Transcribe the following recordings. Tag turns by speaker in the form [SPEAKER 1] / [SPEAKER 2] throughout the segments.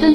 [SPEAKER 1] 纷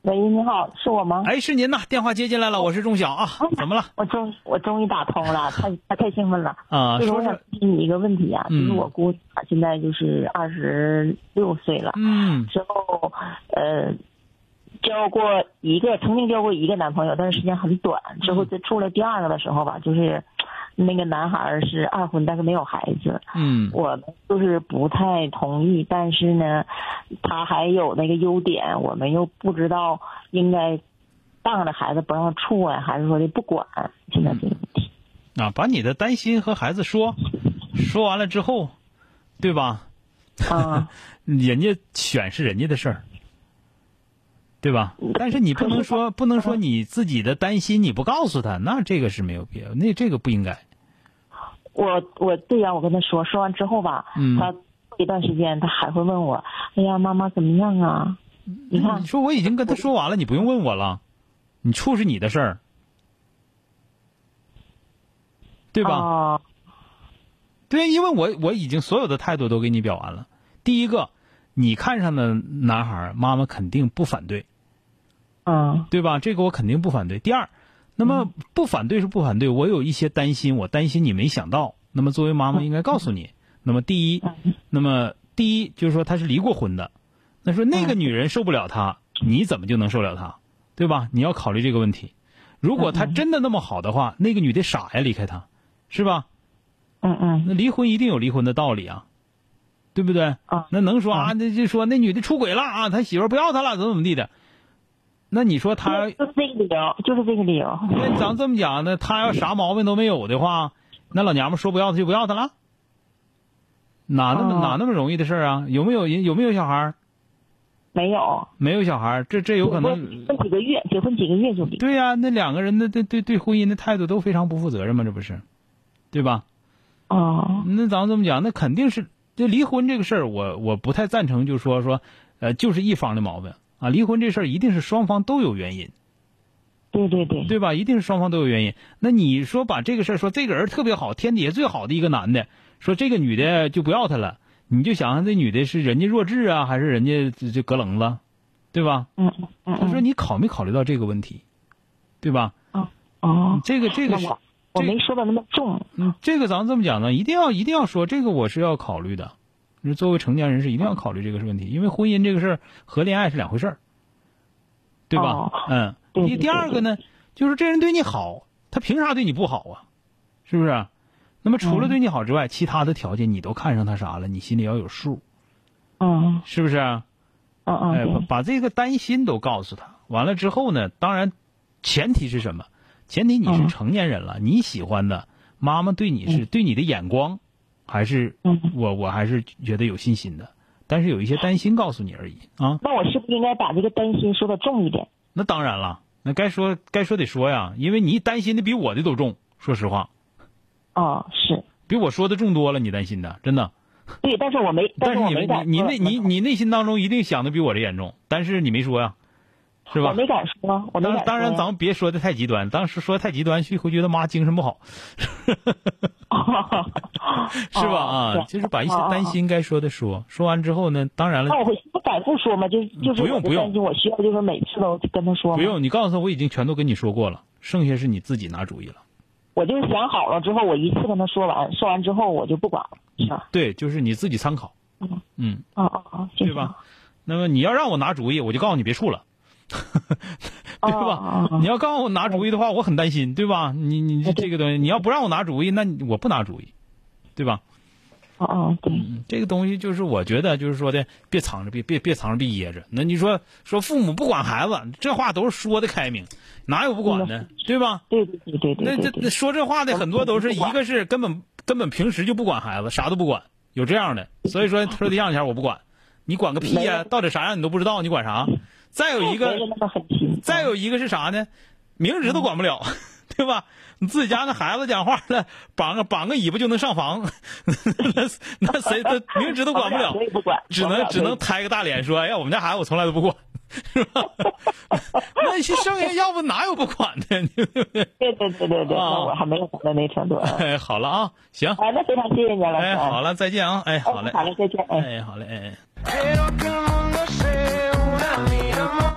[SPEAKER 2] 喂，你好，是我吗？
[SPEAKER 3] 哎，是您呐，电话接进来
[SPEAKER 2] 哦
[SPEAKER 3] 了，我是钟晓啊，怎么了？
[SPEAKER 2] 我终我终于打通 了，太太太兴奋了。
[SPEAKER 3] 啊，
[SPEAKER 2] 就是
[SPEAKER 3] 说
[SPEAKER 2] 我想
[SPEAKER 3] 说，
[SPEAKER 2] 问你一个问题啊，
[SPEAKER 3] 嗯
[SPEAKER 2] 就是我姑她现在就是二十六岁了，
[SPEAKER 3] 嗯
[SPEAKER 2] 之后呃交过一个，曾经交过一个男朋友，但是时间很短。
[SPEAKER 3] 嗯
[SPEAKER 2] 之后就处了第二个的时候吧，就是那个男孩儿是二婚，但是没有孩子。
[SPEAKER 3] 嗯
[SPEAKER 2] 我们就是不太同意，但是呢，他还有那个优点，我们又不知道应该当着孩子不让处啊，还是说的不管，现在这个问题。
[SPEAKER 3] 啊，把你的担心和孩子说，说完了之后，对吧？嗯
[SPEAKER 2] 啊，
[SPEAKER 3] 人家选是人家的事儿，对吧？
[SPEAKER 2] 嗯
[SPEAKER 3] 但是你不能说不能说你自己的担心你不告诉他，那这个是没有必要，那这个不应该。
[SPEAKER 2] 我我对呀、我跟他说，说完之后吧，
[SPEAKER 3] 嗯
[SPEAKER 2] 他一段时间他还会问我，哎呀，妈妈怎么样啊？你看
[SPEAKER 3] 你，说我已经跟他说完了，你不用问我了，你处是你的事儿，对吧？
[SPEAKER 2] 哦
[SPEAKER 3] 对，因为我我已经所有的态度都给你表完了。第一个，你看上的男孩儿，妈妈肯定不反对，
[SPEAKER 2] 嗯
[SPEAKER 3] 对吧？这个我肯定不反对。第二，那么不反对是不反对，我有一些担心，我担心你没想到。那么作为妈妈应该告诉你，那么第一，
[SPEAKER 2] 嗯
[SPEAKER 3] 那么第一就是说她是离过婚的，那说那个女人受不了他，你怎么就能受了他，对吧？你要考虑这个问题。如果他真的那么好的话，那个女的傻呀，离开他，是吧？
[SPEAKER 2] 嗯嗯
[SPEAKER 3] 那离婚一定有离婚的道理啊，对不对？
[SPEAKER 2] 啊
[SPEAKER 3] 那能说啊？
[SPEAKER 2] 啊
[SPEAKER 3] 那就说那女的出轨了啊，他媳妇儿不要他了，怎么怎么地的？那你说他，
[SPEAKER 2] 就是这个理由，就是这个理由。
[SPEAKER 3] 那咱这么讲呢，他要啥毛病都没有的话，那老娘们说不要他就不要他了，哪那么、
[SPEAKER 2] 哦
[SPEAKER 3] 哪那么容易的事儿啊？有没有人有没有小孩儿？
[SPEAKER 2] 没有，
[SPEAKER 3] 没有小孩儿，这这有可能。
[SPEAKER 2] 分几个月，结婚几个月就离。
[SPEAKER 3] 对呀、那两个人的对对对婚姻的态度都非常不负责任嘛，这不是，对吧？
[SPEAKER 2] 哦，
[SPEAKER 3] 那咱们这么讲，那肯定是这离婚这个事儿，我我不太赞成，就是说说，呃，就是一方的毛病啊。离婚这事儿一定是双方都有原因，
[SPEAKER 2] 对对对，
[SPEAKER 3] 对吧？一定是双方都有原因。那你说把这个事儿说这个人特别好，天底下最好的一个男的，说这个女的就不要他了，你就想想这女的是人家弱智啊，还是人家这这隔棱子，对吧？
[SPEAKER 2] 嗯嗯嗯
[SPEAKER 3] 他
[SPEAKER 2] 嗯。
[SPEAKER 3] 说你考没考虑到这个问题，对吧？
[SPEAKER 2] 哦，
[SPEAKER 3] 这个这个
[SPEAKER 2] 那
[SPEAKER 3] 是
[SPEAKER 2] 我我没说的那么重。
[SPEAKER 3] 嗯，这个咱们这么讲呢，一定要一定要说，这个我是要考虑的。就是作为成年人是一定要考虑这个问题，因为婚姻这个事儿和恋爱是两回事儿，对吧？
[SPEAKER 2] 哦
[SPEAKER 3] 嗯。
[SPEAKER 2] 对
[SPEAKER 3] 第第二个呢，就是这人对你好，他凭啥对你不好啊？是不是？那么除了
[SPEAKER 2] 嗯
[SPEAKER 3] 对你好之外，其他的条件你都看上他啥了，你心里要有数，
[SPEAKER 2] 嗯
[SPEAKER 3] 是不是啊？
[SPEAKER 2] 嗯
[SPEAKER 3] 哎，把
[SPEAKER 2] 嗯，
[SPEAKER 3] 把这个担心都告诉他。完了之后呢，当然，前提是什么？前提你是
[SPEAKER 2] 嗯
[SPEAKER 3] 成年人了，你喜欢的妈妈对你是、对你的眼光，还是
[SPEAKER 2] 对。嗯，
[SPEAKER 3] 我我还是觉得有信心的。但是有一些担心告诉你而已啊。
[SPEAKER 2] 那我是不是应该把这个担心说的重一点？
[SPEAKER 3] 那当然了，那该说该说得说呀，因为你担心的比我的都重。说实话，
[SPEAKER 2] 哦，是
[SPEAKER 3] 比我说的重多了。你担心的真的，
[SPEAKER 2] 对，但是我没，
[SPEAKER 3] 但
[SPEAKER 2] 是我
[SPEAKER 3] 你
[SPEAKER 2] 没
[SPEAKER 3] 你
[SPEAKER 2] 敢
[SPEAKER 3] 你
[SPEAKER 2] 说嗯
[SPEAKER 3] 内你你内心当中一定想的比我这严重，但是你没说呀，是吧？
[SPEAKER 2] 我没敢说，我
[SPEAKER 3] 当
[SPEAKER 2] 没敢
[SPEAKER 3] 然
[SPEAKER 2] 说。
[SPEAKER 3] 当然，咱们 别说的太极端。当时说太极端，会会觉得妈精神不好，是吧？啊，就是把一些担。
[SPEAKER 2] 哦哦哦哦哦
[SPEAKER 3] 心该说的说，说完之后呢，当然
[SPEAKER 2] 那
[SPEAKER 3] 了，
[SPEAKER 2] 我会我反复说嘛，就就是
[SPEAKER 3] 不用
[SPEAKER 2] 我的
[SPEAKER 3] 不用
[SPEAKER 2] 担心，我需要就是每次都跟他说嘛。
[SPEAKER 3] 不，用你告诉他，我已经全都跟你说过了，剩下是你自己拿主意了。
[SPEAKER 2] 我就是想好了之后，我一次跟他说完，说完之后我就不管了，是吧？
[SPEAKER 3] 对，就是你自己参考
[SPEAKER 2] 嗯。
[SPEAKER 3] 嗯，
[SPEAKER 2] 哦哦哦，谢谢
[SPEAKER 3] 对吧？那么你要让我拿主意，我就告诉你别处了，对吧？
[SPEAKER 2] 哦哦哦
[SPEAKER 3] 你要告诉我拿主意的话，我很担心，对吧？你你这
[SPEAKER 2] 对
[SPEAKER 3] 这个东西，你要不让我拿主意，那你我不拿主意，对吧？
[SPEAKER 2] 哦哦，对，
[SPEAKER 3] 嗯这个东西就是我觉得就是说的，别藏着，别别别藏着，别掖着。那你说说父母不管孩子，这话都是说的开明，哪有不管的，对吧？
[SPEAKER 2] 嗯对对对对对
[SPEAKER 3] 那
[SPEAKER 2] 对
[SPEAKER 3] 这
[SPEAKER 2] 对
[SPEAKER 3] 那。说这话的很多都是
[SPEAKER 2] 我们不
[SPEAKER 3] 一
[SPEAKER 2] 管
[SPEAKER 3] 个是根本根本平时就不管孩子，啥都不管，有这样的。所以说他说对象前我不管，你管个屁
[SPEAKER 2] 没
[SPEAKER 3] 呀、
[SPEAKER 2] 有
[SPEAKER 3] 到底啥样你都不觉得不知道，你管啥？再有一
[SPEAKER 2] 没
[SPEAKER 3] 个
[SPEAKER 2] 有那么狠心。
[SPEAKER 3] 再有一个是啥呢？明知都管不了，对吧？你自己家那孩子讲话了，绑个绑个尾巴就能上房， 那那谁这 明知都 管不了
[SPEAKER 2] 谁也不管，
[SPEAKER 3] 只
[SPEAKER 2] 管不
[SPEAKER 3] 能
[SPEAKER 2] 了
[SPEAKER 3] 只能拍个大脸说：“哎呀，我们家孩子我从来都不管，是吧？” 那些剩下要不哪有不管的？对不对？
[SPEAKER 2] 对对对对对，
[SPEAKER 3] 啊
[SPEAKER 2] 那我还没有管到那程度。 哎，
[SPEAKER 3] 哎，好了啊，行，
[SPEAKER 2] 那非常谢谢您了，
[SPEAKER 3] 哎，好
[SPEAKER 2] 了，
[SPEAKER 3] 了，再见啊，哎，好嘞，
[SPEAKER 2] 好嘞，再见，哎。
[SPEAKER 3] 哎，好嘞，哎哎。
[SPEAKER 4] Quiero que el mundo se una a mi amor.